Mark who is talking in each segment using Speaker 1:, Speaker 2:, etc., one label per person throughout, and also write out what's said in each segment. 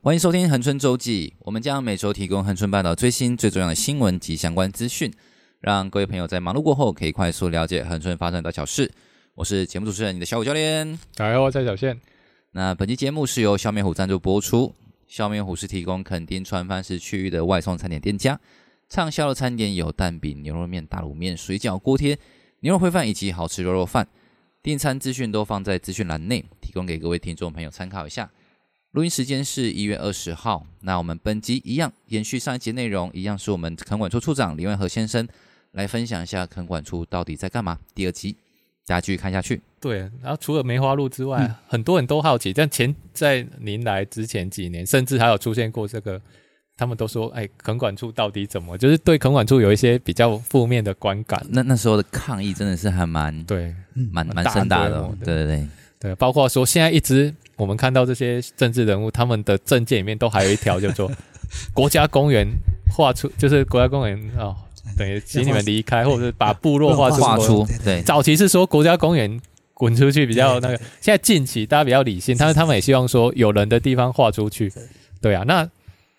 Speaker 1: 欢迎收听恒春周记，我们将每周提供恒春半岛最新最重要的新闻及相关资讯，让各位朋友在忙碌过后可以快速了解恒春发展的大小事。我是节目主持人你的小虎教练。
Speaker 2: 大家好，我蔡小宪。
Speaker 1: 那本期节目是由笑面虎赞助播出。笑面虎是提供垦丁船帆市区域的外送餐点店家，畅销的餐点有蛋饼、牛肉面、打卤面、水饺、锅贴、牛肉烩饭以及好吃牛肉饭。订餐资讯都放在资讯栏内，提供给各位听众朋友参考一下。录音时间是一月二十号。那我们本集一样延续上一集内容，一样是我们垦管处处长林万和先生来分享一下垦管处到底在干嘛。第二集，大家继续看下去。
Speaker 2: 对，然后除了梅花鹿之外，很多人都好奇，但前在您来之前几年，甚至还有出现过这个，他们都说，哎，垦管处到底怎么，就是对垦管处有一些比较负面的观感。
Speaker 1: 那那时候的抗议真的是还蛮
Speaker 2: 对
Speaker 1: 蛮蛮
Speaker 2: 大
Speaker 1: 盛大的、
Speaker 2: 规模
Speaker 1: 哦，
Speaker 2: 的
Speaker 1: 对对对，
Speaker 2: 对，包括说现在一直我们看到这些政治人物，他们的证件里面都还有一条叫做 国家公园划出，就是国家公园哦，等于请你们离开，或者是把部落划出
Speaker 1: 画
Speaker 2: 国
Speaker 1: 出
Speaker 3: 对对
Speaker 1: 对
Speaker 2: 早期是说国家公园滚出去比较那个，现在近期大家比较理性，但是他们也希望说有人的地方划出去。对啊，那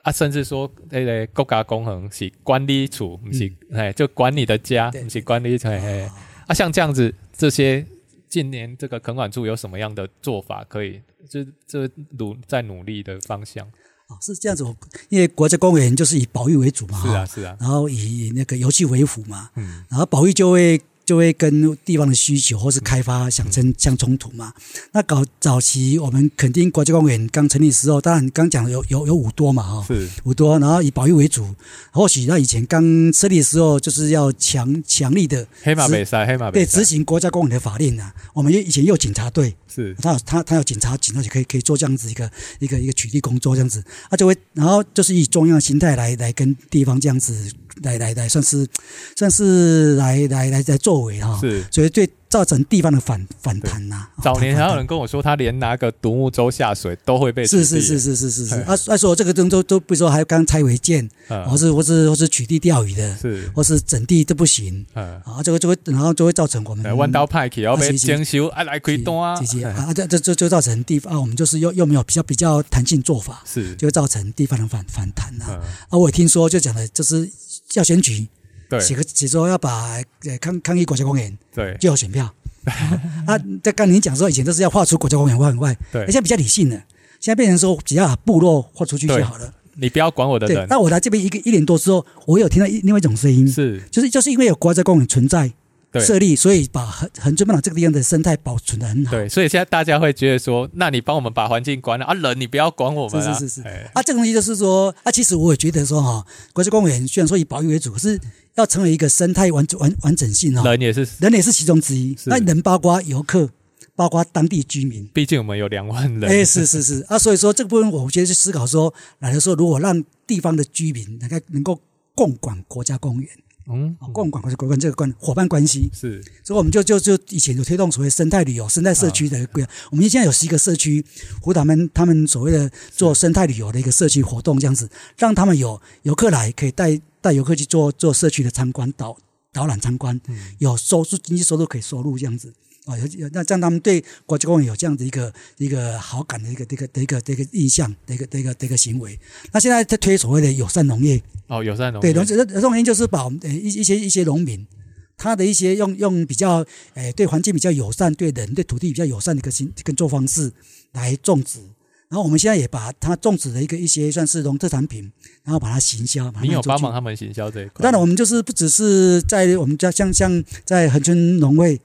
Speaker 2: 啊，甚至说那个国家公园是管理处，不是哎、就管你的家，
Speaker 3: 嗯对
Speaker 2: 不是管理处。哎哎啊，像这样子，这些近年这个垦管处有什么样的做法可以？这这努在努力的方向
Speaker 3: 哦，是这样子，因为国家公园就是以保育为主嘛，
Speaker 2: 是啊
Speaker 3: 哈
Speaker 2: 是啊，
Speaker 3: 然后以那个游戏为辅嘛，
Speaker 2: 嗯
Speaker 3: 然后保育就会就会跟地方的需求或是开发相
Speaker 2: 嗯
Speaker 3: 争相冲突嘛。那搞早期我们垦丁国家公园刚成立的时候，当然刚讲的有有有五多嘛，哈、哦
Speaker 2: 是
Speaker 3: 五多，然后以保育为主。或许那以前刚设立的时候，就是要强强力的
Speaker 2: 黑马
Speaker 3: 执
Speaker 2: 北塞黑马北
Speaker 3: 对执
Speaker 2: 塞
Speaker 3: 行国家公园的法令啊。我们以前也有警察队，
Speaker 2: 是
Speaker 3: 他有他他有警察，警察就可以可以做这样子一个一个一个取缔工作这样子，他就会然后就是以中央的心态来来跟地方这样子来来来算是算是来来来来作为哈、
Speaker 2: 是
Speaker 3: 所以对造成地方的反反弹呐、哦
Speaker 2: 早年还
Speaker 3: 反弹
Speaker 2: 有人跟我说，他连拿个独木舟下水都会被
Speaker 3: 是是
Speaker 2: 取缔
Speaker 3: 是是是是是，
Speaker 2: 哎
Speaker 3: 啊啊说这个东西都都比如说还有刚拆违建，
Speaker 2: 嗯
Speaker 3: 或是或是或是取缔钓鱼的，
Speaker 2: 是
Speaker 3: 或是整地都不行，
Speaker 2: 嗯，
Speaker 3: 啊这个就会然后就会造成我们
Speaker 2: 呃弯刀派去要被征收，啊来开单啊
Speaker 3: 这，些啊这这这就造成地方啊我们就是又又没有比较比较弹性做法。
Speaker 2: 是，
Speaker 3: 啊就会造成地方的反反弹啊。
Speaker 2: 嗯，
Speaker 3: 啊，我也听说就讲的，就是要选举，
Speaker 2: 对
Speaker 3: 写个写说要把呃抗抗议国家公园
Speaker 2: 对
Speaker 3: 就有选票。啊， 在刚您讲说以前都是要划出国家公园外很外，
Speaker 2: 对
Speaker 3: 现在比较理性了，现在变成说只要把部落划出去就好了。
Speaker 2: 你不要管我的
Speaker 3: 对，
Speaker 2: 人，
Speaker 3: 那我来这边一个一年多之后，我有听到一另外一种声音，
Speaker 2: 是
Speaker 3: 就是就是因为有国家公园存在
Speaker 2: 对
Speaker 3: 设立，所以把横横村半岛这个地方的生态保存的很好。
Speaker 2: 对，所以现在大家会觉得说，那你帮我们把环境管了啊，人你不要管我们啊，
Speaker 3: 是是是是
Speaker 2: 哎
Speaker 3: 啊，这个东西就是说，啊，其实我也觉得说哈、国家公园虽然说以保育为主，可是要成为一个生态完整完完整性哈、哦，
Speaker 2: 人也是，
Speaker 3: 人也是其中之一。
Speaker 2: 是
Speaker 3: 那人包括游客，包括当地居民。
Speaker 2: 毕竟我们有两万人，
Speaker 3: 哎，是是是啊，所以说这个部分，我觉得去思考说，来的时候如果让地方的居民能够能够共管国家公园，
Speaker 2: 嗯，
Speaker 3: 啊共管国家公园这个关伙伴关系，
Speaker 2: 是
Speaker 3: 所以我们就就就以前有推动所谓生态旅游、生态社区的一个，我们现在有十一个社区，辅导们他们所谓的做生态旅游的一个社区活动，这样子让他们有游客来，可以带带游客去做做社区的参观导导览参观，有收入经济收入可以收入这样子。啊，有有，那让他们对国家公园有这样的一个一个好感的一个这个的一个的一个印象的一个的一个的一个行为。那现在在推所谓的友善农业，
Speaker 2: 哦，友善农
Speaker 3: 对，
Speaker 2: 业
Speaker 3: 农这这种原因就是把我们呃一一些一些农民，他的一些用用比较诶、呃对环境比较友善，对人对土地比较友善的一个行耕作方式来种植。然后我们现在也把它种植的一个一些算是农特产品，然后把它行销，把它
Speaker 2: 你有
Speaker 3: 卖出
Speaker 2: 帮
Speaker 3: 去
Speaker 2: 忙他们行销这一块，
Speaker 3: 当然，我们就是不只是在我们家，像像在恒春农会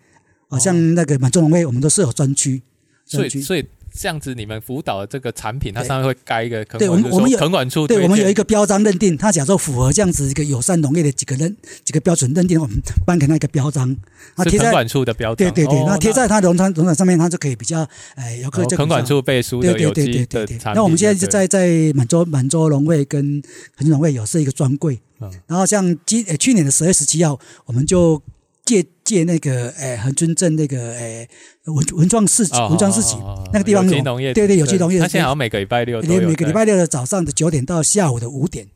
Speaker 3: 啊，
Speaker 2: 哦
Speaker 3: 像那个满洲农会，我们都是有专区。
Speaker 2: 所以
Speaker 3: 专区
Speaker 2: 所以这样子，你们辅导的这个产品，它
Speaker 3: 对
Speaker 2: 上面会盖一个垦管，
Speaker 3: 对我们
Speaker 2: 就是说
Speaker 3: 我们有
Speaker 2: 垦管处推
Speaker 3: 对，
Speaker 2: 荐，
Speaker 3: 我们有一个标章认定，它假如符合这样子一个友善农业的几个认几个标准认定，我们颁给它一个标章，啊，
Speaker 2: 是
Speaker 3: 贴
Speaker 2: 垦
Speaker 3: 在
Speaker 2: 管处的标
Speaker 3: 对
Speaker 2: 章，
Speaker 3: 对对，
Speaker 2: 哦
Speaker 3: 那贴在它农场农场上面，它就可以比较哎，游客
Speaker 2: 哦
Speaker 3: 就
Speaker 2: 垦管
Speaker 3: 比较
Speaker 2: 处背书
Speaker 3: 对
Speaker 2: 的
Speaker 3: 对
Speaker 2: 有
Speaker 3: 对对
Speaker 2: 机
Speaker 3: 对
Speaker 2: 的
Speaker 3: 对
Speaker 2: 产品。
Speaker 3: 那我们现在就
Speaker 2: 对
Speaker 3: 在在满洲满洲农会跟恒春农会有设一个专柜
Speaker 2: 嗯，
Speaker 3: 然后像今呃去年的十月十七号，我们就借借那个哎恒春镇那个哎文文创市集
Speaker 2: 哦
Speaker 3: 文创市集
Speaker 2: 哦哦哦哦
Speaker 3: 那个地方
Speaker 2: 有
Speaker 3: 有
Speaker 2: 机农业，
Speaker 3: 对对有机农业
Speaker 2: 他现在好像每个礼拜六都有嗯
Speaker 3: 每个
Speaker 2: 在
Speaker 3: 礼拜六的早上的九点到下午的五点，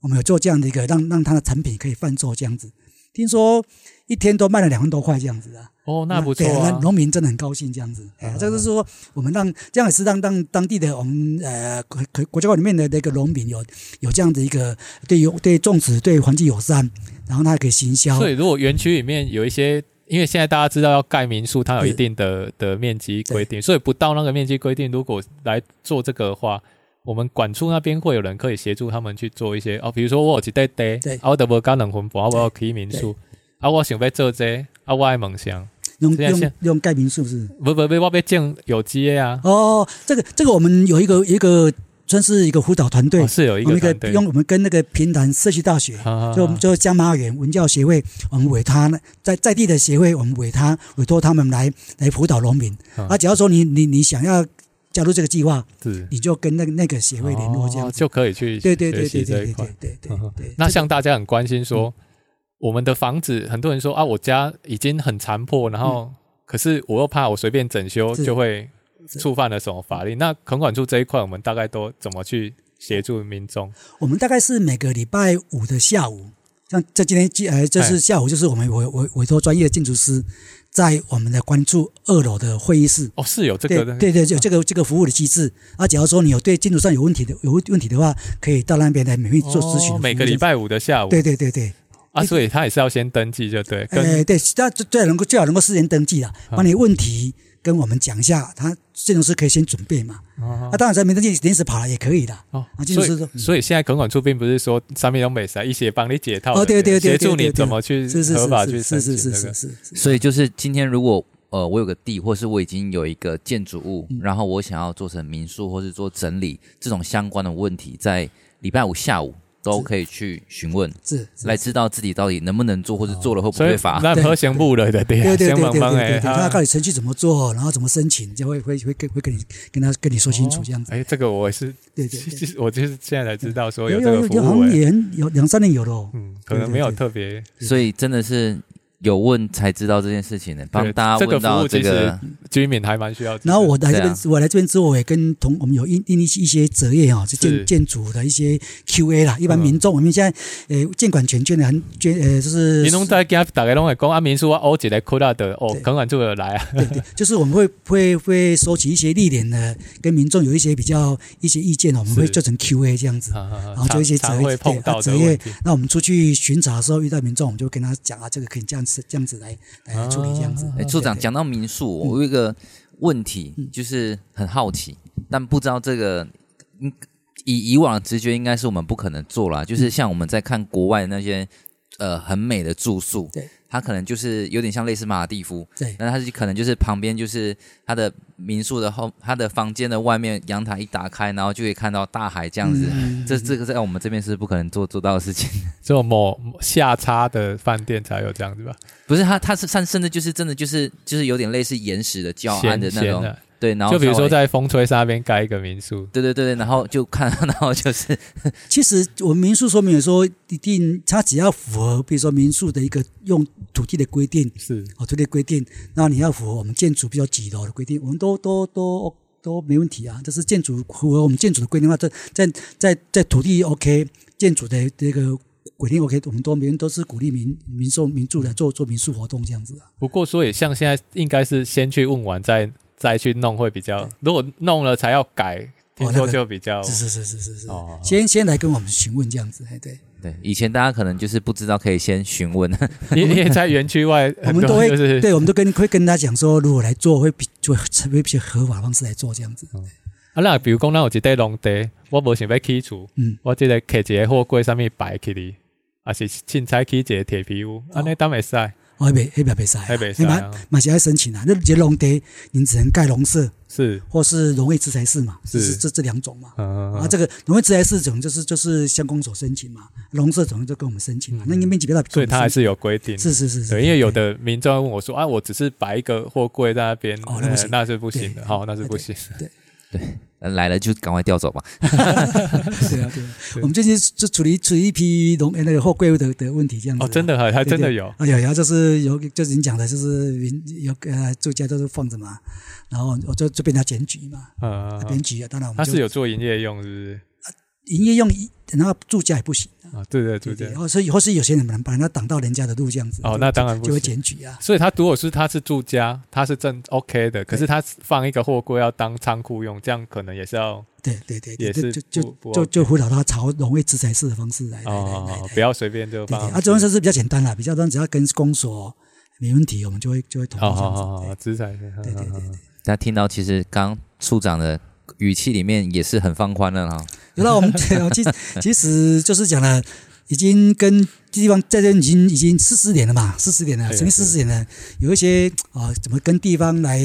Speaker 3: 我们有做这样的一个让让它的产品可以贩售这样子。听说一天都卖了两万多块这样子啊。
Speaker 2: 哦，那不错
Speaker 3: 对
Speaker 2: 啊嗯
Speaker 3: 那。农民真的很高兴这样子。哎呀，这个是说我们让这样也是让当当地的我们呃国国国家里面的那个农民有有这样的一个对于对种植对环境友善，然后他可以行销
Speaker 2: 所。以如果园区里面有一些，因为现在大家知道要盖民宿，它有一定的的面积规定，所以不到那个面积规定，如果来做这个的话。我们管处那边会有人可以协助他们去做一些哦，比如说我有一块地
Speaker 3: 对，
Speaker 2: 啊，我得无搞两分半，啊，我要起民宿，啊，我想要做这個啊，我爱梦想，
Speaker 3: 用
Speaker 2: 这样
Speaker 3: 用
Speaker 2: 现
Speaker 3: 用盖民宿是不是？
Speaker 2: 不不不，我要建有机的啊，
Speaker 3: 哦，这个这个我们有一个有一个算是一个辅导团队
Speaker 2: 哦，是有一
Speaker 3: 我们
Speaker 2: 个
Speaker 3: 一个
Speaker 2: 团队
Speaker 3: 用，我们跟那个平潭社区大学。
Speaker 2: 啊
Speaker 3: 就就江马园文教协会，我们委他呢，在在地的协会，我们委他委托他们来来辅导农民。
Speaker 2: 嗯
Speaker 3: 啊，假如说你你你想要加入这个计划，
Speaker 2: 是
Speaker 3: 你就跟那个那个协会联络这样
Speaker 2: 哦
Speaker 3: 子。
Speaker 2: 就可以去
Speaker 3: 对对对
Speaker 2: 学习
Speaker 3: 对
Speaker 2: 这一
Speaker 3: 对对嗯
Speaker 2: 块
Speaker 3: 对对对
Speaker 2: 嗯
Speaker 3: 对。
Speaker 2: 那像大家很关心说，我们的房子，很多人说啊，我家已经很残破，然后可是我又怕我随便整修
Speaker 3: 嗯是
Speaker 2: 就会
Speaker 3: 是
Speaker 2: 触犯了什么法律。那垦管处这一块，我们大概都怎么去协助民众？
Speaker 3: 我们大概是每个礼拜五的下午，像这今天呃，这是下午就是我们委委委托专业的建筑师，在我们的关注二楼的会议室。
Speaker 2: 哦，是有这
Speaker 3: 对
Speaker 2: 个的，嗯
Speaker 3: 对对，有这个这个服务的机制啊，假如说你有对建筑上有问题的有问题的话，可以到那边来免费做咨询、
Speaker 2: 哦每个礼。拜五的下午
Speaker 3: 对对对对，
Speaker 2: 啊，所以他也是要先登记，就对，跟
Speaker 3: 呃，对，那最最好能够最好能够事先登记啦，
Speaker 2: 嗯
Speaker 3: 把你的问题跟我们讲一下，他建筑师可以先准备嘛。
Speaker 2: 哦
Speaker 3: 啊，当然在没登记临时跑来也可以的。
Speaker 2: 哦
Speaker 3: 啊，建筑
Speaker 2: 所
Speaker 3: 师说
Speaker 2: 以所以现在垦管处并不是说上面有美食，一起帮你解套的，
Speaker 3: 哦对对对
Speaker 2: 协助
Speaker 3: 对对
Speaker 2: 你
Speaker 3: 对
Speaker 2: 怎么去
Speaker 3: 是是
Speaker 2: 嗯合法去
Speaker 3: 是
Speaker 2: 申
Speaker 3: 是
Speaker 2: 请
Speaker 3: 是是
Speaker 2: 这个
Speaker 3: 是。是是，
Speaker 1: 所以就是今天如果呃我有个地，或是我已经有一个建筑物，
Speaker 2: 嗯
Speaker 1: 然后我想要做成民宿或是做整理这种相关的问题，在礼拜五下午都可以去询问，
Speaker 3: 是是
Speaker 1: 来知道自己到底能不能做，或是做了会不
Speaker 2: 哦所以
Speaker 1: 会罚。
Speaker 2: 咱好先不了的对啊，
Speaker 3: 对对
Speaker 2: 先
Speaker 3: 对
Speaker 2: 帮
Speaker 3: 对
Speaker 2: 忙
Speaker 3: 对对，
Speaker 2: 哎，
Speaker 3: 他
Speaker 2: 啊
Speaker 3: 到底程序怎么做，然后怎么申请，就会会会跟会跟你跟他跟你说清楚这样子。
Speaker 2: 哎、这个我也是，
Speaker 3: 对对对
Speaker 2: 其实我就是现在才知道说有
Speaker 3: 有
Speaker 2: 这个
Speaker 3: 有
Speaker 2: 服
Speaker 3: 有，好
Speaker 2: 务、
Speaker 3: 像
Speaker 2: 哎，
Speaker 3: 也很有两三年有了哦。
Speaker 2: 嗯，可能没有特别
Speaker 1: 所以真的是有问才知道这件事情的，帮
Speaker 2: 对
Speaker 1: 大家
Speaker 2: 这个
Speaker 1: 问
Speaker 2: 服
Speaker 1: 到
Speaker 2: 务
Speaker 1: 这
Speaker 2: 其实
Speaker 1: 个。
Speaker 2: 居民还蛮需要。
Speaker 3: 然后我来这边
Speaker 2: 啊
Speaker 1: 对，
Speaker 3: 我来这边之后，我也跟同我们有印印一一些择业哈，就建
Speaker 2: 是嗯
Speaker 3: 建筑的一些 Q&A 啦。一般民众，我们现在呃建管权券的很捐呃就是
Speaker 2: 你拢在跟大家拢会讲啊，民宿啊，欧一个扩大的哦
Speaker 3: 对，
Speaker 2: 肯管就有来 啊，
Speaker 3: 对 对，就是我们会会会收集一些历年的跟民众有一些比较一些意见哦，我们会
Speaker 2: 是啊
Speaker 3: 做成 Q&A 这样子。
Speaker 2: 然
Speaker 3: 然后就一些
Speaker 2: 常
Speaker 3: 折
Speaker 2: 常会
Speaker 3: 业
Speaker 2: 碰到
Speaker 3: 折
Speaker 2: 的
Speaker 3: 业
Speaker 2: 问题。。
Speaker 3: 那我们出去巡查的时候遇到民众，我们就跟他讲啊，这个可以这样子这样子来来处理这样子
Speaker 2: 啊。
Speaker 1: 哎，处长讲到民宿，我有一个问题，就是很好奇，但不知道这个，嗯以以往的直觉应该是我们不可能做啦。就是像我们在看国外的那些呃很美的住宿
Speaker 3: 对，
Speaker 1: 它可能就是有点像类似马尔蒂夫，
Speaker 3: 对
Speaker 1: 那它就可能就是旁边就是它的民宿的后，它的房间的外面阳台一打开，然后就可以看到大海这样子。这这个在我们这边是不可能做做到的事情。
Speaker 2: 只有某下差的饭店才有这样子吧，
Speaker 1: 不是它，它是甚甚至就是真的就是就是有点类似岩石的教案
Speaker 2: 闲
Speaker 1: 的那
Speaker 2: 闲
Speaker 1: 种，
Speaker 2: 的，
Speaker 1: 对，然后
Speaker 2: 就比如
Speaker 1: 稍
Speaker 2: 说
Speaker 1: 微
Speaker 2: 在风吹沙那边盖一个民宿，
Speaker 1: 对对对对，然后就看， 然后就是
Speaker 3: 其实我们民宿说明有说，一定它只要符合，比如说民宿的一个用土地的规定，
Speaker 2: 是
Speaker 3: 哦，土地规定，那你要符合我们建筑比较几楼的规定，我们都都都都没问题啊。这是建筑符合我们建筑的规定的话，这在在在土地 OK，建筑的这个规定 OK，我们都民都是鼓励民民众民住来做做民宿活动这样子啊。
Speaker 2: 不过说也像现在应该是先去问完再再去弄会比较，如果弄了才要改，听
Speaker 3: 哦那
Speaker 2: 说
Speaker 3: 个
Speaker 2: 就比较
Speaker 3: 是是是是是是，
Speaker 2: 哦
Speaker 3: 先先来跟我们询问这样子，哎对，
Speaker 1: 对以前大家可能就是不知道可以先询问，
Speaker 2: 因因为在园区外，
Speaker 3: 我
Speaker 2: 很
Speaker 3: 们
Speaker 2: 多
Speaker 3: 都会、
Speaker 2: 就是
Speaker 3: 对，我们都跟会跟他讲说，如果来做会比就会比较合法的方式来做这样子。
Speaker 2: 啊，那比如讲，咱有一块农地，我无想要起厝，
Speaker 3: 嗯
Speaker 2: 我即个摕一个货柜上面摆起哩，啊是凊彩起一个铁皮屋，安尼当袂使，
Speaker 3: 哦，迄边迄边袂使啊，
Speaker 2: 还袂使
Speaker 3: 嘛
Speaker 2: 啊，
Speaker 3: 嘛是要申请啊。那这农地，你只能盖农舍
Speaker 2: 是，
Speaker 3: 或是农业制裁室嘛，
Speaker 2: 是
Speaker 3: 是这这两种嘛。
Speaker 2: 嗯
Speaker 3: 啊，，这个农业制裁室总就是就是乡公所申请嘛，农舍总就跟我们申请嘛。那因为面积比较大，
Speaker 2: 嗯所以它还是有规定，
Speaker 3: 是是是是，
Speaker 2: 对，因为有的民众会问我说啊，我只是摆一个货柜在那边，
Speaker 3: 哦那不
Speaker 2: 呃
Speaker 3: 行
Speaker 2: 那是不行的，
Speaker 3: 对
Speaker 2: 好，那是不行，
Speaker 1: 来了就赶快调走吧。
Speaker 3: 对啊对 啊。我们最近就处理处理一批农呃那个货柜的的问题这样子啊。
Speaker 2: 哦，真的还还
Speaker 3: 对
Speaker 2: 真的
Speaker 3: 对
Speaker 2: 有，
Speaker 3: 啊，有，然后就是有，就是你讲的，就是民有呃住家都是放着嘛，然后我就就被人家检举嘛，
Speaker 2: 嗯，
Speaker 3: 检举啊，当然我
Speaker 2: 它
Speaker 3: 们就是
Speaker 2: 有做营业用，是不是？
Speaker 3: 营业用一，然后住家也不行，
Speaker 2: 啊，对对
Speaker 3: 对
Speaker 2: 对
Speaker 3: 不对？
Speaker 2: 对
Speaker 3: 然，后所以或是有些人把把它挡到人家的路这样子，
Speaker 2: 哦
Speaker 3: 就
Speaker 2: 那当然不
Speaker 3: 就会
Speaker 2: 行
Speaker 3: 检举啊。
Speaker 2: 所以他如果是他是住家，他是正 OK 的，可是他放一个货柜要当仓库用，这样可能也是要
Speaker 3: 对对对，
Speaker 2: 也
Speaker 3: 对
Speaker 2: 是
Speaker 3: 就就
Speaker 2: 不不
Speaker 3: 就
Speaker 2: OK
Speaker 3: 就辅导他朝农业制裁式的方式来来来来
Speaker 2: 哦，不要随便就
Speaker 3: 对
Speaker 2: 放
Speaker 3: 对，啊，这种设施比较简单啦，比较单，只要跟公所没问题，我们就会就会通
Speaker 2: 好
Speaker 3: 过这
Speaker 2: 哦好
Speaker 3: 样子。
Speaker 2: 好好，资产嗯
Speaker 3: 对对对对
Speaker 1: 大家听到其实刚处长的语气里面也是很放宽了哈。
Speaker 3: 有了，我们哦其实其实就是讲了，已经跟地方在这已经已经四十年了嘛，四十年了，
Speaker 2: 对
Speaker 3: 成立
Speaker 2: 对
Speaker 3: 四十年了，有一些啊、怎么跟地方来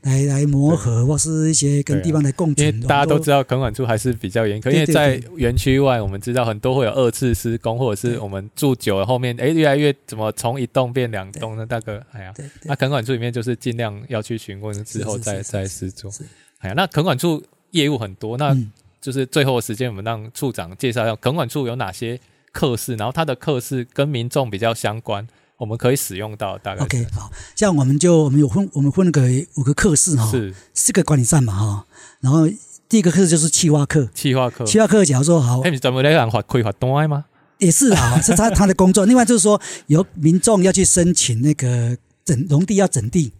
Speaker 3: 来来磨合，或是一些跟
Speaker 2: 对啊
Speaker 3: 地方来共
Speaker 2: 因为
Speaker 3: 存，
Speaker 2: 大家
Speaker 3: 我
Speaker 2: 都
Speaker 3: 们
Speaker 2: 知道垦管处还是比较严苛，因
Speaker 3: 对
Speaker 2: 为
Speaker 3: 对
Speaker 2: 在
Speaker 3: 对
Speaker 2: 园区外，我们知道很多会有二次施工，或者是
Speaker 3: 对
Speaker 2: 我们住久了后面，哎，越来越怎么从一栋变两栋呢？那大哥，哎呀，
Speaker 3: 对对
Speaker 2: 那垦管处里面就是尽量要去询问之后
Speaker 3: 是是
Speaker 2: 再
Speaker 3: 是是
Speaker 2: 再施做
Speaker 3: 是。
Speaker 2: 哎呀，那垦管处业务很多，那
Speaker 3: 嗯
Speaker 2: 就是最后的时间，我们让处长介绍一下垦管处有哪些课室，然后它的课室跟民众比较相关，我们可以使用到大概
Speaker 3: OK 好，像我们就我们有分我们分了个五个课室哈、
Speaker 2: 是
Speaker 3: 四个管理站嘛哈、然后第一个课室就是企划课，
Speaker 2: 企划课。
Speaker 3: 企划课假如说好
Speaker 2: 嗯哎，你专门来讲发开发单吗？
Speaker 3: 也是 啊，是他他的工作。另外就是说，由民众要去申请那个整农地要整地，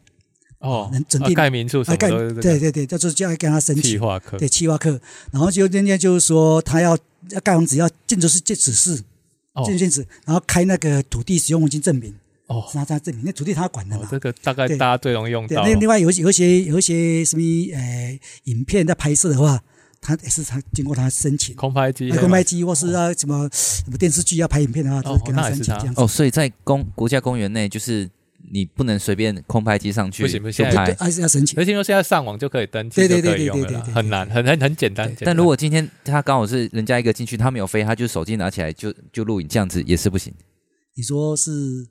Speaker 2: 哦
Speaker 3: 能，整地
Speaker 2: 啊盖民宿什么
Speaker 3: 盖
Speaker 2: 都是这
Speaker 3: 对
Speaker 2: 个
Speaker 3: 对对，就是就要跟他申
Speaker 2: 计
Speaker 3: 请，
Speaker 2: 划课，
Speaker 3: 对企划课。然后就人家就是说，他要要盖房子要建筑师建指示，
Speaker 2: 哦
Speaker 3: 建筑建址，然后开那个土地使用文金证明，
Speaker 2: 哦
Speaker 3: 是他他证明，那土地他管的
Speaker 2: 哦
Speaker 3: 嘛。，
Speaker 2: 这个大概
Speaker 3: 对
Speaker 2: 大家最容易用
Speaker 3: 对，
Speaker 2: 到
Speaker 3: 那另外有一有一些有一些什么呃影片在拍摄的话，他也是他经过他申请。
Speaker 2: 空拍机，
Speaker 3: 空拍机或是
Speaker 2: 哦
Speaker 3: 啊什么什么电视剧要啊拍影片的话，就是跟他申请这样子。
Speaker 1: 哦，所以在公国家公园内，就是你不能随便空拍机上去，
Speaker 2: 不行不行
Speaker 1: 就
Speaker 2: 现在
Speaker 3: 对对，
Speaker 1: 拍。
Speaker 3: 还是要啊申请。
Speaker 2: 而且说现在上网就可以登记，
Speaker 3: 对对
Speaker 2: 就可以
Speaker 3: 对对
Speaker 2: 用了
Speaker 3: 对对
Speaker 2: 啦
Speaker 3: 对对
Speaker 2: 很难，很很很简单。简单
Speaker 1: 但如果今天他刚好是人家一个进去，他没有飞，他就手机拿起来就就录影，这样子也是不行。
Speaker 3: 你说是？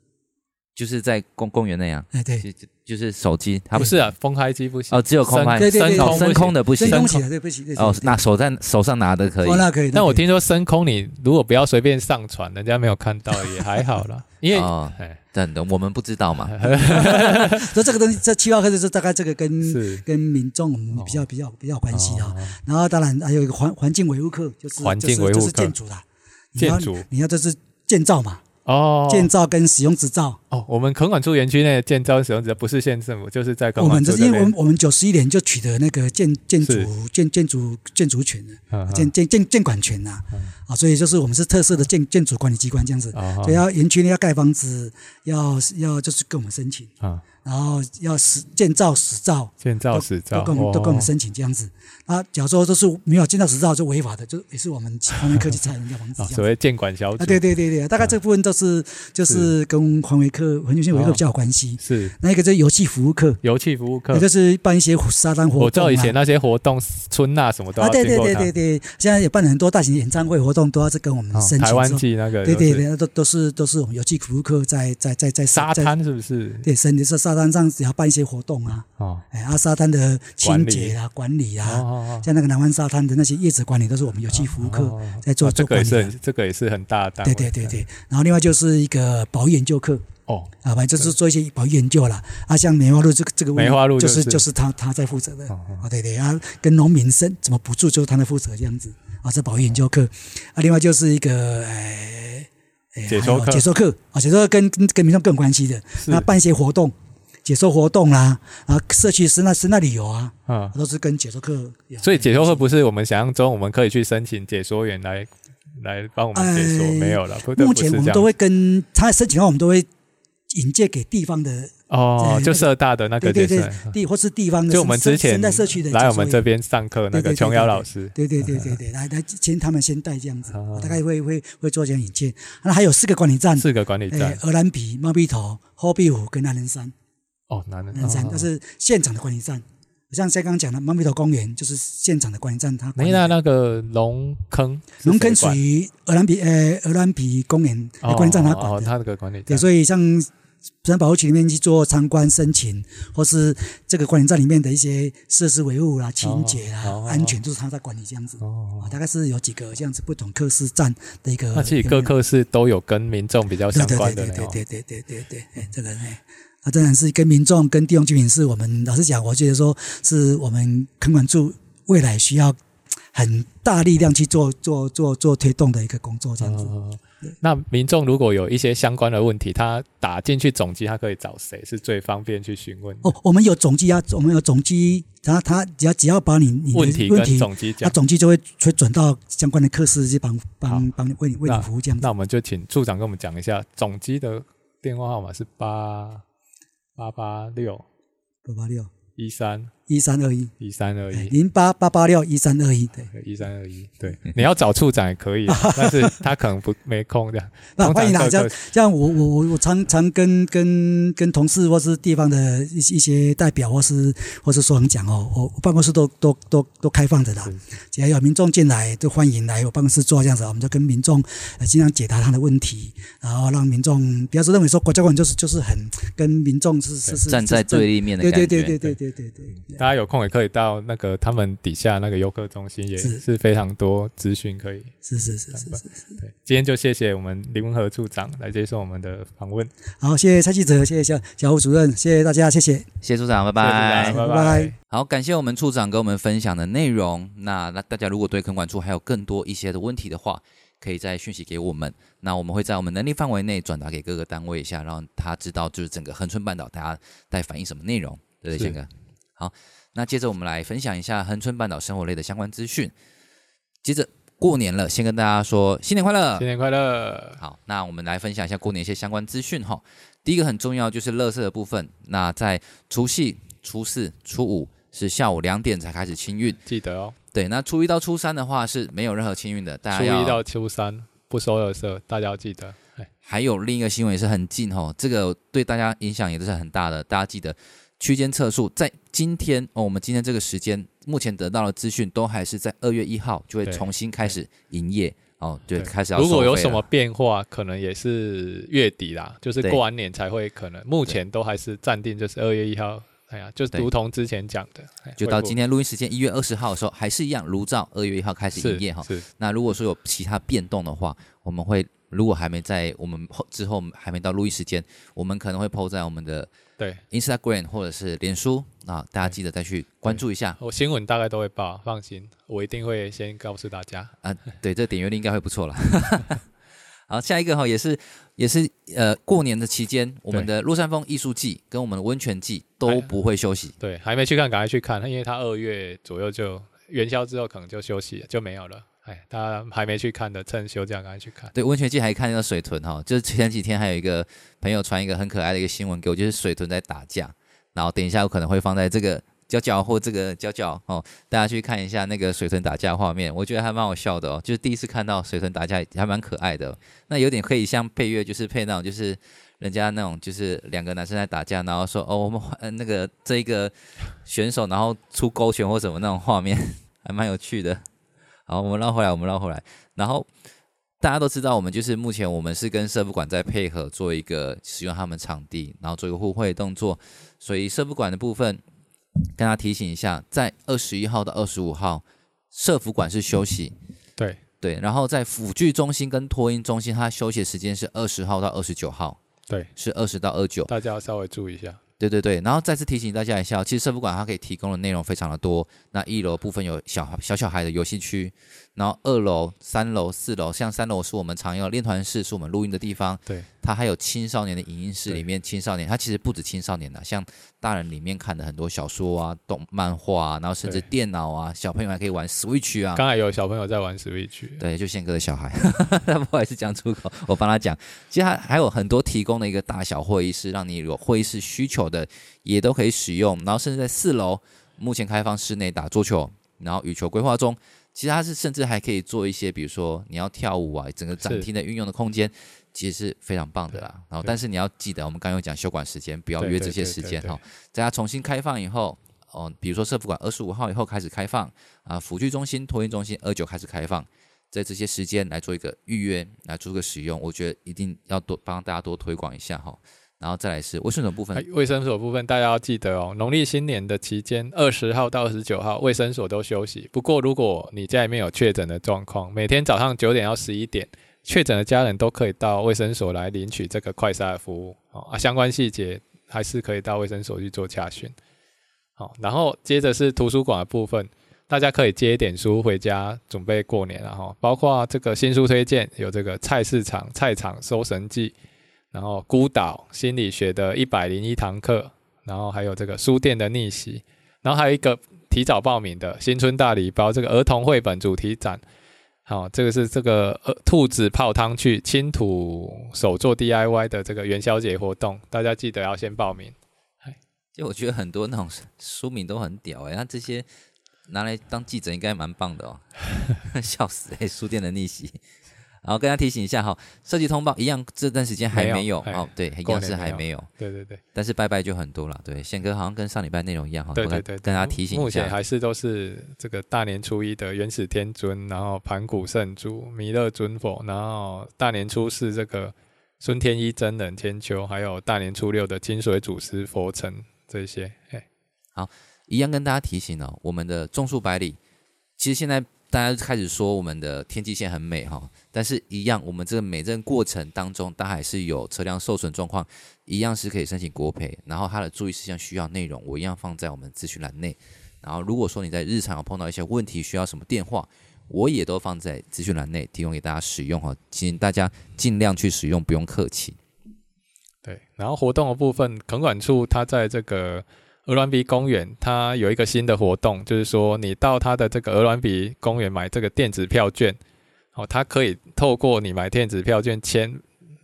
Speaker 1: 就是在公公园那样，
Speaker 3: 哎，对，
Speaker 1: 就就就是手机，他
Speaker 2: 啊不是啊，风拍机不行
Speaker 1: 哦，，只有空拍
Speaker 3: 对对对
Speaker 2: 深
Speaker 1: 哦，
Speaker 2: 空
Speaker 1: 升空
Speaker 2: 的。
Speaker 1: 的不行
Speaker 3: 真
Speaker 2: 深
Speaker 3: 空
Speaker 2: 空
Speaker 3: 起来，对不起，对
Speaker 1: 哦，那手在手上拿的可以
Speaker 3: 哦，那可以。那
Speaker 2: 但我
Speaker 3: 可以
Speaker 2: 听说深空你如果不要随便上传，人家没有看到也还好啦，因为
Speaker 1: 哦
Speaker 2: 哎
Speaker 1: 等等，我们不知道嘛。
Speaker 3: 说这个东西，这七号课就是大概这个跟
Speaker 2: 是
Speaker 3: 跟民众我们比较比较比较有关系啊。
Speaker 2: 哦
Speaker 3: 然后当然还有一个环环境维护课，就是
Speaker 2: 环境
Speaker 3: 就是就是
Speaker 2: 维护课
Speaker 3: 建筑啦，你
Speaker 2: 建
Speaker 3: 要
Speaker 2: 筑
Speaker 3: 你要这是建造嘛，
Speaker 2: 哦
Speaker 3: 建造跟使用执照。
Speaker 2: 哦，我们垦管处园区内的建造使用者不是县政府，就是在垦
Speaker 3: 我
Speaker 2: 管
Speaker 3: 们
Speaker 2: 处
Speaker 3: 这是
Speaker 2: 这
Speaker 3: 因为我
Speaker 2: 边
Speaker 3: 们。我们九十一年就取得那个建建筑
Speaker 2: 是
Speaker 3: 建建筑建筑权了，
Speaker 2: 嗯嗯
Speaker 3: 建建建建管权呐啊，所以就是我们是特色的建建筑管理机关这样子。
Speaker 2: 哦
Speaker 3: 所以要园区内要盖房子，要要就是跟我们申请，
Speaker 2: 啊，
Speaker 3: 然后要实建造实造，
Speaker 2: 建造
Speaker 3: 都
Speaker 2: 实
Speaker 3: 都
Speaker 2: 造
Speaker 3: 跟我们都跟我们
Speaker 2: 哦
Speaker 3: 申请这样子。啊，假如说都是没有建造实造就违法的，就也是我们环卫科技拆人家房子
Speaker 2: 哦所
Speaker 3: 这样子。
Speaker 2: 谓建管小
Speaker 3: 啊，
Speaker 2: 组
Speaker 3: 对对对对，大概这部分都是就是跟环卫科、环境性维护
Speaker 2: 哦
Speaker 3: 比较有关系。
Speaker 2: 是
Speaker 3: 那一个就是游戏服务课，
Speaker 2: 油气服务课
Speaker 3: 也就是办一些沙滩活
Speaker 2: 嗯
Speaker 3: 动、啊。
Speaker 2: 我知道以前那些活动，春娜什么都
Speaker 3: 啊，
Speaker 2: 要经
Speaker 3: 对
Speaker 2: 过
Speaker 3: 对
Speaker 2: 他。
Speaker 3: 对对对，现在也办了很多大型演唱会活动，都要是跟我们
Speaker 2: 哦
Speaker 3: 申请
Speaker 2: 台
Speaker 3: 之后。
Speaker 2: 湾季那个
Speaker 3: 对对
Speaker 2: 就是
Speaker 3: 对，那都都是都是我们游戏服务课在在在在
Speaker 2: 沙
Speaker 3: 在
Speaker 2: 滩是不是？
Speaker 3: 对，甚至是沙滩上只要办一些活动啊，
Speaker 2: 哦
Speaker 3: 哎，啊，沙滩的清洁啊、管理
Speaker 2: 哦
Speaker 3: 啊，
Speaker 2: 哦
Speaker 3: 像那个南湾沙滩的那些叶子管理，都是我们有机服务课
Speaker 2: 哦
Speaker 3: 在做
Speaker 2: 哦这
Speaker 3: 做
Speaker 2: 个
Speaker 3: 管
Speaker 2: 也
Speaker 3: 理
Speaker 2: 是
Speaker 3: 啊。
Speaker 2: 很这个也是很大的单
Speaker 3: 对
Speaker 2: 位。
Speaker 3: 对对对，然后另外就是一个保育研究课
Speaker 2: 哦，
Speaker 3: 啊，反正就是做一些保育研究啦。啊，像梅花鹿这个这个问
Speaker 2: 梅花鹿
Speaker 3: 就
Speaker 2: 就是是
Speaker 3: 就是他他在负责的
Speaker 2: 哦
Speaker 3: 啊，对对啊，跟农民生怎么补助就是他在负责这样子啊，这保育研究课啊，另外就是一个哎哎
Speaker 2: 解
Speaker 3: 还
Speaker 2: 说
Speaker 3: 有
Speaker 2: 课
Speaker 3: 解说课啊，解说课跟跟跟民众更有关系的，
Speaker 2: 是
Speaker 3: 那办一些活动。解说活动啦、啊，社区生态生态旅游啊，
Speaker 2: 嗯。
Speaker 3: 都是跟解说课有。
Speaker 2: 所以解说课不是我们想象中，我们可以去申请解说员来来帮我们解说，
Speaker 3: 哎
Speaker 2: 没有了。不
Speaker 3: 目前我们都
Speaker 2: 会
Speaker 3: 会跟他申请的话，我们都会引荐给地方的，
Speaker 2: 哦，
Speaker 3: 哎对
Speaker 2: 就社大的那个
Speaker 3: 对
Speaker 2: 解
Speaker 3: 对
Speaker 2: 说
Speaker 3: 对
Speaker 2: 员，，
Speaker 3: 地或是地方的
Speaker 2: 就我们
Speaker 3: 生
Speaker 2: 之前
Speaker 3: 生态社区的
Speaker 2: 来我
Speaker 3: 解说
Speaker 2: 们
Speaker 3: 员
Speaker 2: 这，边上课那
Speaker 3: 对对
Speaker 2: 个
Speaker 3: 对
Speaker 2: 琼瑶老师，
Speaker 3: 对对对对对，
Speaker 2: 呃
Speaker 3: 来来先他们先带这样子，
Speaker 2: 啊
Speaker 3: 我大概会会会做这样引荐。啊那还有四个管理站，
Speaker 2: 四个管理站
Speaker 3: 哎，鹅銮鼻、猫鼻头、后壁湖跟南仁山，
Speaker 2: 哦，男人
Speaker 3: 南仁山
Speaker 2: 哦
Speaker 3: 那是现场的管理站。像刚刚讲的猫鼻头公园就是现场的管理站，它管
Speaker 2: 没
Speaker 3: 理
Speaker 2: 那那个龙坑是谁管，
Speaker 3: 农坑属于鹅銮鼻呃鹅銮鼻公园呃管理站它管
Speaker 2: 哦哦，。
Speaker 3: 的
Speaker 2: 他那个管理
Speaker 3: 对，
Speaker 2: 站，
Speaker 3: 所以像自然保护区里面去做参观申请，或是这个管理站里面的一些设施维护啦、清洁啦、
Speaker 2: 哦哦
Speaker 3: 安全，就是他在管理这样子。
Speaker 2: 哦
Speaker 3: 啊，，大概是有几个这样子不同科室站的一个。
Speaker 2: 那其实各科室都有跟民众比较
Speaker 3: 对
Speaker 2: 相
Speaker 3: 对
Speaker 2: 关
Speaker 3: 对
Speaker 2: 的哦内
Speaker 3: 对对
Speaker 2: 容。
Speaker 3: 对对对对对，哎这个哎。啊，当然是跟民众、跟地方居民是我们老实讲，我觉得说是我们垦管处未来需要很大力量去做做做做推动的一个工作，这样子。
Speaker 2: 嗯 那民众如果有一些相关的问题，他打进去总机，他可以找谁是最方便去询问的？
Speaker 3: 哦，我们有总机啊，我们有总机，然后他只要只要把你你的
Speaker 2: 问题
Speaker 3: 问
Speaker 2: 跟
Speaker 3: 题，
Speaker 2: 总机
Speaker 3: 他
Speaker 2: 讲。
Speaker 3: 总机就会会转到相关的科室去帮帮
Speaker 2: 好
Speaker 3: 帮你为你为你服务这样子
Speaker 2: 那。我们就请处长跟我们讲一下，总机的电话号码是八八八六
Speaker 3: 八八六
Speaker 2: 一三
Speaker 3: 一三二一，
Speaker 2: 一三二一。
Speaker 3: 零啊八八八六一三二一，对，
Speaker 2: 一三二一，对，你要找处长也可 以啊，但是他可能不没空这样。
Speaker 3: 那
Speaker 2: 通常
Speaker 3: 欢迎啊大
Speaker 2: 各
Speaker 3: 家
Speaker 2: 个
Speaker 3: 像我我我我常常跟跟跟同事或是地方的一些一些代表或是或是说人讲哦，我我办公室都都都都开放着的啦
Speaker 2: 是，
Speaker 3: 只要有民众进来都欢迎来我办公室坐这样子，我们就跟民众呃尽量解答他的问题，然后让民众不要说认为说国家管就是就是很跟民众是是是
Speaker 1: 站在对，立面的
Speaker 3: 对
Speaker 1: 感觉，
Speaker 3: 对对对对对对对，
Speaker 2: 大家有空也可以到那个他们底下那个游客中心，也
Speaker 3: 是
Speaker 2: 是非常多资讯可以。
Speaker 3: 是是是是是，
Speaker 2: 对，今天就谢谢我们林文和处长来接受我们的访问，谢
Speaker 3: 好，谢谢蔡记者，谢谢小小胡主任，谢谢大家，谢谢。
Speaker 1: 谢谢处长，拜
Speaker 2: 谢处
Speaker 1: 拜
Speaker 2: 长。
Speaker 3: 拜
Speaker 2: 拜
Speaker 3: 拜
Speaker 1: 好，感谢我们处长给我们分享的内容。那那大家如果对垦管处还有更多一些的问题的话，可以再讯息给我们，那我们会在我们能力范围内转达给各个单位一下，让他知道就是整个恒春半岛大家在反映什么内容，对不对，
Speaker 2: 是
Speaker 1: 宪哥？好，那接着我们来分享一下恒春半岛生活类的相关资讯。接着过年了，先跟大家说新年快乐，
Speaker 2: 新年快乐！
Speaker 1: 好，那我们来分享一下过年一些相关资讯哈。第一个很重要就是垃圾的部分，那在除夕、初四、初五是下午两点才开始清运，
Speaker 2: 记得哦，
Speaker 1: 对，那初一到初三的话是没有任何清运的，大
Speaker 2: 初
Speaker 1: 家
Speaker 2: 一
Speaker 1: 要。
Speaker 2: 到初三不收垃圾，大家要记得。哎
Speaker 1: 还有另一个新闻也是很近哈，这个对大家影响也都是很大的，大家记得区间测速在今天哦，我们今天这个时间目前得到的资讯都还是在二月一号就会
Speaker 2: 对
Speaker 1: 重新开始营业哦，对，
Speaker 2: 对
Speaker 1: 开始要
Speaker 2: 如果
Speaker 1: 收
Speaker 2: 有
Speaker 1: 费
Speaker 2: 什
Speaker 1: 了
Speaker 2: 么变化，可能也是月底啦，就是
Speaker 1: 对
Speaker 2: 过完年才会可能。目前都还是暂定就是二月一号，哎呀，就是
Speaker 1: 对
Speaker 2: 如同之前讲的，哎
Speaker 1: 就
Speaker 2: 恢
Speaker 1: 到
Speaker 2: 复
Speaker 1: 今天录音时间一月二十号的时候，还是一样如照二月一号开始营业哈。
Speaker 2: 是是
Speaker 1: 那如果说有其他变动的话，我们会如果还没在我们后之后还没到录音时间，我们可能会 PO 在我们的
Speaker 2: 对，
Speaker 1: Instagram 或者是脸书啊，大家记得再去关注一下。
Speaker 2: 我新闻大概都会报，放心，我一定会先告诉大家。
Speaker 1: 对，这点阅率应该会不错了。 好，下一个哈、也是也是呃，过年的期间，我们的落山风艺术季跟我们的温泉季
Speaker 2: 哎
Speaker 1: 都不会休息。
Speaker 2: 对，还没去看，赶快去看，因为它二月左右就元宵之后可能就休息了就没有了。哎，大家还没去看的，趁休假赶快去看。
Speaker 1: 对，温泉季还看到水豚哈、就是前几天还有一个朋友传一个很可爱的一个新闻给我，就是水豚在打架，然后等一下我可能会放在这个角角或这个角角哦，大家去看一下那个水豚打架画面，我觉得还蛮好笑的哦，就是第一次看到水豚打架还蛮可爱的哦、那有点可以像配乐，就是配那种就是。人家那种就是两个男生在打架，然后说哦，我们换呃那个这一个选手，然后出勾拳或什么那种画面， 还蛮有趣的。好，我们绕回来，我们绕回来。然后大家都知道，我们就是目前我们是跟社福馆在配合做一个使用他们场地，然后做一个互惠动作。所以社福馆的部分，跟大家提醒一下，在二十一号到二十五号，社福馆是休息。
Speaker 2: 对
Speaker 1: 对，然后在辅具中心跟托婴中心，它休息的时间是二十号到二十九号，
Speaker 2: 对，
Speaker 1: 是二十到二九。
Speaker 2: 大家要稍微注意一下。
Speaker 1: 对对对，然后再次提醒大家一下，其实社福馆它可以提供的内容非常的多。那一楼部分有小小小孩的游戏区，然后二楼、三楼、四楼，像三楼是我们常用的练团室，是我们录音的地方。
Speaker 2: 对，
Speaker 1: 它还有青少年的影音室，
Speaker 2: 对
Speaker 1: 里面青少年，它其实不止青少年的，像大人里面看的很多小说啊、动漫画啊，然后甚至
Speaker 2: 对
Speaker 1: 电脑啊，小朋友还可以玩 Switch 啊。
Speaker 2: 刚才有小朋友在玩 Switch，
Speaker 1: 对，就宪哥的小孩， 他不好意思讲出口，我帮他讲。其实还还有很多提供的一个大小会议室，让你有会议室需求的也都可以使用。然后甚至在四楼，目前开放室内打桌球，然后羽球规划中。其实它是甚至还可以做一些，比如说你要跳舞啊，整个展
Speaker 2: 是
Speaker 1: 厅的运用的空间其实是非常棒的啦。然后
Speaker 2: 对
Speaker 1: 但是你要记得，我们刚刚有讲休馆时间，不要
Speaker 2: 对
Speaker 1: 约
Speaker 2: 对
Speaker 1: 这些
Speaker 2: 对
Speaker 1: 时
Speaker 2: 对
Speaker 1: 间
Speaker 2: 对
Speaker 1: 哈。在它重新开放以后，哦，比如说社福馆二十五号以后开始开放啊，辅具中心、托运中心二九开始开放，在这些时间来做一个预约，来做一个使用，我觉得一定要多帮大家多推广一下哈。然后再来是卫生所部分
Speaker 2: 哎，卫生所部分大家要记得哦，农历新年的期间，二十号到二十九号，卫生所都休息。不过，如果你家里面有确诊的状况，每天早上九点到十一点，确诊的家人都可以到卫生所来领取这个快筛的服务哦。啊，相关细节哦还是可以到卫生所去做查询。好、然后接着是图书馆的部分，大家可以借一点书回家准备过年然后包括这个新书推荐有这个《菜市场菜场搜神记》，然后《孤岛心理学的一百零一堂课》，然后还有这个书店的逆袭，然后还有一个提早报名的新春大礼包，这个儿童绘本主题展。好、这个是这个呃兔子泡汤去青土手做 DIY 的这个元宵节活动，大家记得要先报名。
Speaker 1: 就我觉得很多那种书名都很屌哎、那这些拿来当记者应该蛮棒的哦，, 笑死哎、书店的逆袭。然后跟大家提醒一下哈，设计通报一样，这段时间还没有
Speaker 2: 没有
Speaker 1: 哦
Speaker 2: 哎，
Speaker 1: 对，一
Speaker 2: 过
Speaker 1: 样
Speaker 2: 年
Speaker 1: 是还
Speaker 2: 没
Speaker 1: 没有，
Speaker 2: 对对对。
Speaker 1: 但是拜拜就很多了。对，宪哥好像跟上礼拜内容一样哈，
Speaker 2: 对
Speaker 1: 我
Speaker 2: 对
Speaker 1: 跟
Speaker 2: 对，
Speaker 1: 跟大家提醒
Speaker 2: 目
Speaker 1: 一
Speaker 2: 前
Speaker 1: 下，
Speaker 2: 还是都是这个大年初一的元始天尊，然后盘古圣祖、弥勒尊佛，然后大年初四这个孙天一真人千秋，还有大年初六的金水祖师佛成这些。哎，
Speaker 1: 一样跟大家提醒哦，我们的种树百里，其实现在大家开始说我们的天际线很美哈、但是一样，我们这个美证过程当中，它还是有车辆受损状况，一样是可以申请国赔。然后它的注意事项需要内容，我一样放在我们资讯栏内。然后如果说你在日常有碰到一些问题，需要什么电话，我也都放在资讯栏内提供给大家使用哈、请大家尽量去使用，不用客气。
Speaker 2: 对，然后活动的部分，垦管处它在这个鹅銮鼻公园，它有一个新的活动，就是说你到它的这个鹅銮鼻公园买这个电子票券，哦，它可以透过你买电子票券前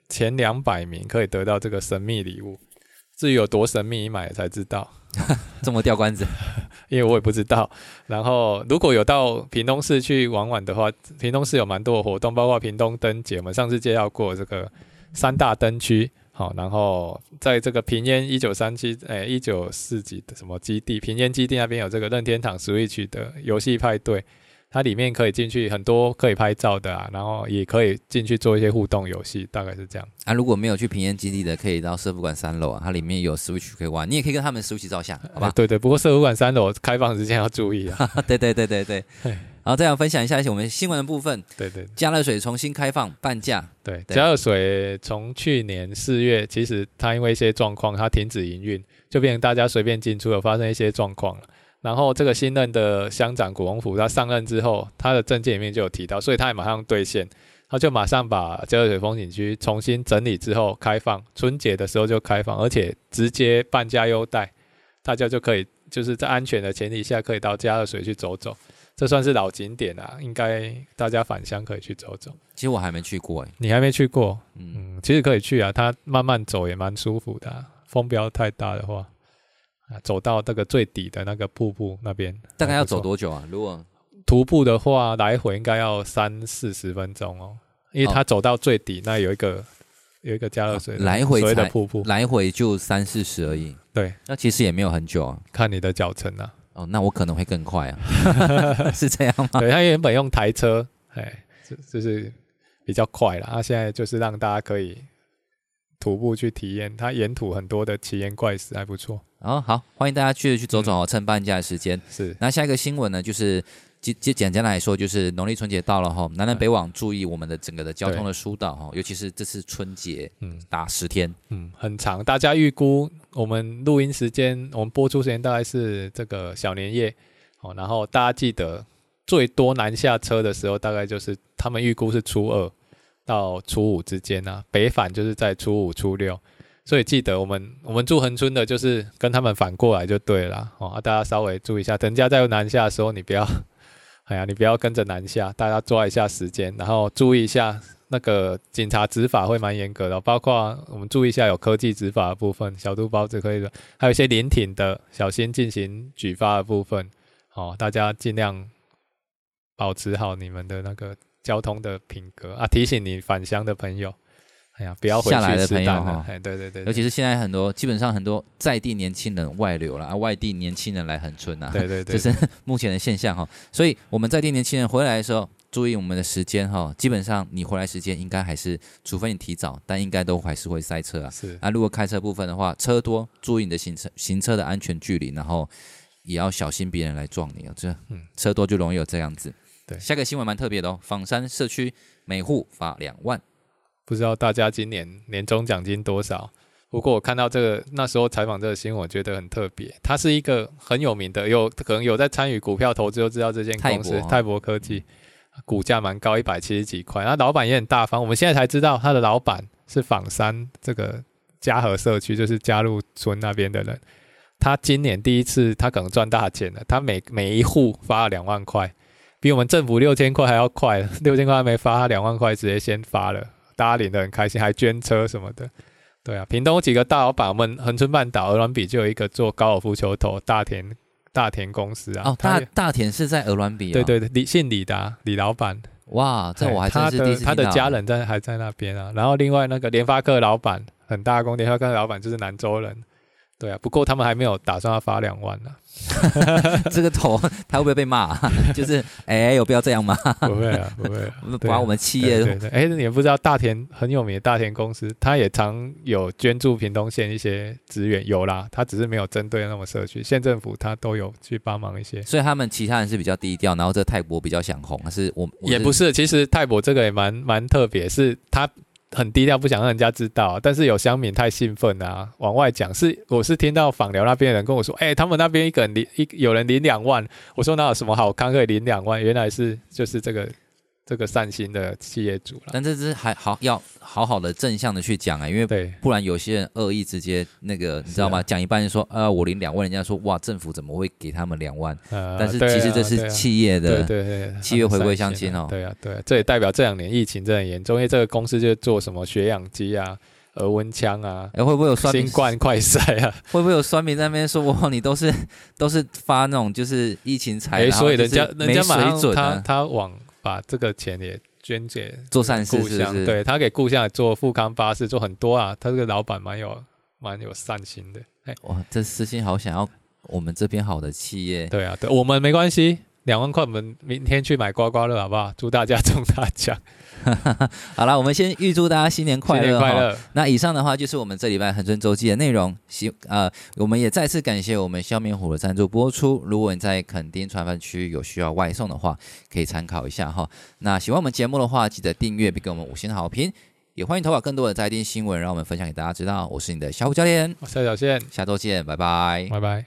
Speaker 2: 前两百名可以得到这个神秘礼物。至于有多神秘，你买了才知道，
Speaker 1: 这么吊关子，
Speaker 2: 因为我也不知道。然后如果有到屏东市去玩玩的话，屏东市有蛮多的活动，包括屏东灯节，我们上次介绍过这个三大灯区。好，然后在这个平烟一九三七，诶一九四几的什么基地，平烟基地那边有这个任天堂 Switch 的游戏派对，它里面可以进去很多可以拍照的啊，然后也可以进去做一些互动游戏，大概是这样。
Speaker 1: 啊，如果没有去平原基地的，可以到社服馆三楼啊，它里面有 Switch 可以玩，你也可以跟他们 Switch 照相，好吧
Speaker 2: 哎？对对，不过社会馆三楼开放时间要注 意啊。
Speaker 1: 对对对对对。
Speaker 2: 嘿
Speaker 1: 然后再来分享一下一些我们新闻的部分，
Speaker 2: 对对
Speaker 1: 加热水重新开放半价，
Speaker 2: 对，
Speaker 1: 对
Speaker 2: 加热水从去年四月，其实它因为一些状况，它停止营运，就变成大家随便进出，有发生一些状况了。然后这个新任的乡长古洪福，他上任之后，他的政见里面就有提到，所以他也马上兑现，他就马上把加热水风景区重新整理之后开放，春节的时候就开放，而且直接半价优待，大家就可以就是在安全的前提下，可以到加热水去走走，这算是老景点啊，应该大家返乡可以去走走。
Speaker 1: 其实我还没去过哎，
Speaker 2: 你还没去过？
Speaker 1: 嗯，
Speaker 2: 嗯，其实可以去啊，它慢慢走也蛮舒服的啊、风不要太大的话，啊，走到这个最底的那个瀑布那边，
Speaker 1: 大概要
Speaker 2: 还不错
Speaker 1: 走多久啊？如果
Speaker 2: 徒步的话，来回应该要三四十分钟哦，因为它走到最底那有一个有一个加热水的、
Speaker 1: 哦来回
Speaker 2: 所谓的
Speaker 1: 才
Speaker 2: 瀑布，
Speaker 1: 来回就三四十而已，
Speaker 2: 对，
Speaker 1: 那其实也没有很久啊。
Speaker 2: 看你的脚程啊。
Speaker 1: 哦，那我可能会更快啊， 是这样吗？
Speaker 2: 对，它原本用台车，哎，就就是比较快了，它现在就是让大家可以徒步去体验，它沿途很多的奇岩怪石还不错，
Speaker 1: 哦，好，欢迎大家去去走走哦，趁半价的时间。
Speaker 2: 是
Speaker 1: 那下一个新闻呢，就是简简简单来说，就是农历春节到了哈，南南北往注意我们的整个的交通的疏导哈，尤其是这次春节
Speaker 2: 嗯。
Speaker 1: 打十天，
Speaker 2: 嗯，很长。大家预估我们录音时间，我们播出时间大概是这个小年夜哦。然后大家记得，最多南下车的时候，大概就是他们预估是初二到初五之间啊。北返就是在初五、初六，所以记得我们我们住恒春的，就是跟他们反过来就对了啦哦。啊，大家稍微注意一下，人家在南下的时候，你不要， 哎呀，你不要跟着南下，大家抓一下时间，然后注意一下那个警察执法会蛮严格的哦，包括我们注意一下有科技执法的部分，小肚包子可以的，还有一些临停的小心进行举发的部分。哦，大家尽量保持好你们的那个交通的品格啊！提醒你返乡的朋友，哎呀，不要回
Speaker 1: 下来
Speaker 2: 去
Speaker 1: 的
Speaker 2: 吃
Speaker 1: 朋友
Speaker 2: 蛋
Speaker 1: 哈
Speaker 2: 了。哎，对对对，
Speaker 1: 尤
Speaker 2: 对
Speaker 1: 其是现在很多基本上很多在地年轻人外流了啊，外地年轻人来恒春啊，
Speaker 2: 对对
Speaker 1: 这
Speaker 2: 对，
Speaker 1: 是目前的现象哈。所以我们在地年轻人回来的时候，注意我们的时间哈，基本上你回来时间应该还是，除非你提早，但应该都还是会塞车啊。
Speaker 2: 是
Speaker 1: 啊，如果开车部分的话，车多，注意你的行车行车的安全距离，然后也要小心别人来撞你哦。这
Speaker 2: 嗯
Speaker 1: 车多就容易有这样子。
Speaker 2: 对
Speaker 1: 下个新闻蛮特别的哦，仿山社区每户罚两万，
Speaker 2: 不知道大家今年年终奖金多少？不过我看到这个那时候采访这个新闻，我觉得很特别。它是一个很有名的，有可能有在参与股票投资就知道这间公司
Speaker 1: 泰博啊
Speaker 2: 泰博科技，股价蛮高，一百七十几块。那老板也很大方，我们现在才知道他的老板是仿山这个嘉禾社区，就是嘉路村那边的人。他今年第一次，他可能赚大钱了。他每每一户发了两万块，比我们政府六千块还要快。 六千块还没发，他两万块直接先发了，大家领得很开心，还捐车什么的。对啊，屏东有几个大老板，我们恒春半岛鹅銮比就有一个做高尔夫球头大田大田公司啊。
Speaker 1: 哦，
Speaker 2: 他
Speaker 1: 大大田是在鹅銮比、啊，
Speaker 2: 对，对对，李姓李的啊、李老板，
Speaker 1: 哇，这我还真
Speaker 2: 他
Speaker 1: 是第一
Speaker 2: 的
Speaker 1: 次
Speaker 2: 他的
Speaker 1: 听到
Speaker 2: 家人在还在那边啊。然后另外那个联发科的老板，很大工，联发科的老板就是南州人。对啊，不过他们还没有打算要发两万啊呢、
Speaker 1: 这个头， 他会不会被骂、就是哎，有必要这样吗？，
Speaker 2: 不会啊，不会、啊对啊
Speaker 1: 把我们企
Speaker 2: 对
Speaker 1: 业
Speaker 2: 对对，哎，你也不知道大田很有名的大田公司，它也常有捐助屏东县一些资源，有啦，它只是没有针对那么社区，县政府它都有去帮忙一些。
Speaker 1: 所以他们其他人是比较低调，然后这泰国比较想红，还是我我
Speaker 2: 也不是，其实泰博这个也蛮蛮特别，是他很低调，不想让人家知道。啊但是有乡民太兴奋啊，往外讲。是我是听到访寮那边的人跟我说，哎、他们那边一个人领一有人领两万，我说哪有什么好康可以领两万？原来是就是这个这个善心的企业主了。
Speaker 1: 但这只还好要好好的正向的去讲啊、因为
Speaker 2: 对
Speaker 1: 不然有些人恶意直接那个，你知道吗？
Speaker 2: 是啊
Speaker 1: 讲一半就说呃我领两万，人家说哇政府怎么会给他们两万？
Speaker 2: 呃
Speaker 1: 但是
Speaker 2: 对啊
Speaker 1: 其实这
Speaker 2: 对
Speaker 1: 是
Speaker 2: 啊
Speaker 1: 企业
Speaker 2: 对
Speaker 1: 的，
Speaker 2: 对对，
Speaker 1: 七月回归
Speaker 2: 相
Speaker 1: 相亲哦
Speaker 2: 对啊，对啊，这也代表这两年疫情真的很严重，因为这个公司就做什么血氧机啊、额温枪啊、
Speaker 1: 哎会不会有酸民
Speaker 2: 新？冠快筛 啊，
Speaker 1: 会不会有酸民在那边说哇你都是都是发那种就是疫情财，
Speaker 2: 哎，
Speaker 1: 然后
Speaker 2: 所以人家
Speaker 1: 就是
Speaker 2: 人家马
Speaker 1: 没水
Speaker 2: 上
Speaker 1: 准
Speaker 2: 他
Speaker 1: 啊，
Speaker 2: 他往把这个钱也捐给
Speaker 1: 做善事
Speaker 2: 故
Speaker 1: 是不
Speaker 2: 乡，
Speaker 1: 是？
Speaker 2: 对他给故乡也做富康巴士做很多啊，他这个老板蛮有蛮有善心的，哎，
Speaker 1: 哇，这私心好想要我们这边好的企业，
Speaker 2: 对啊，对我们没关系。两万块，我们明天去买刮刮乐好不好？祝大家 中大奖，
Speaker 1: 好啦，我们先预祝大家新年快
Speaker 2: 新
Speaker 1: 乐！
Speaker 2: 年快！乐！
Speaker 1: 那以上的话就是我们这礼拜恒春周记的内容。希呃，我们也再次感谢我们消灭虎的赞助播出。如果你在垦丁船贩区有需要外送的话，可以参考一下哈。那喜欢我们节目的话，记得订阅并给我们五星好评，也欢迎投稿更多的在地新闻，让我们分享给大家知道。我是你的小虎教练，
Speaker 2: 我是小线，
Speaker 1: 下周见，拜拜。
Speaker 2: 拜拜。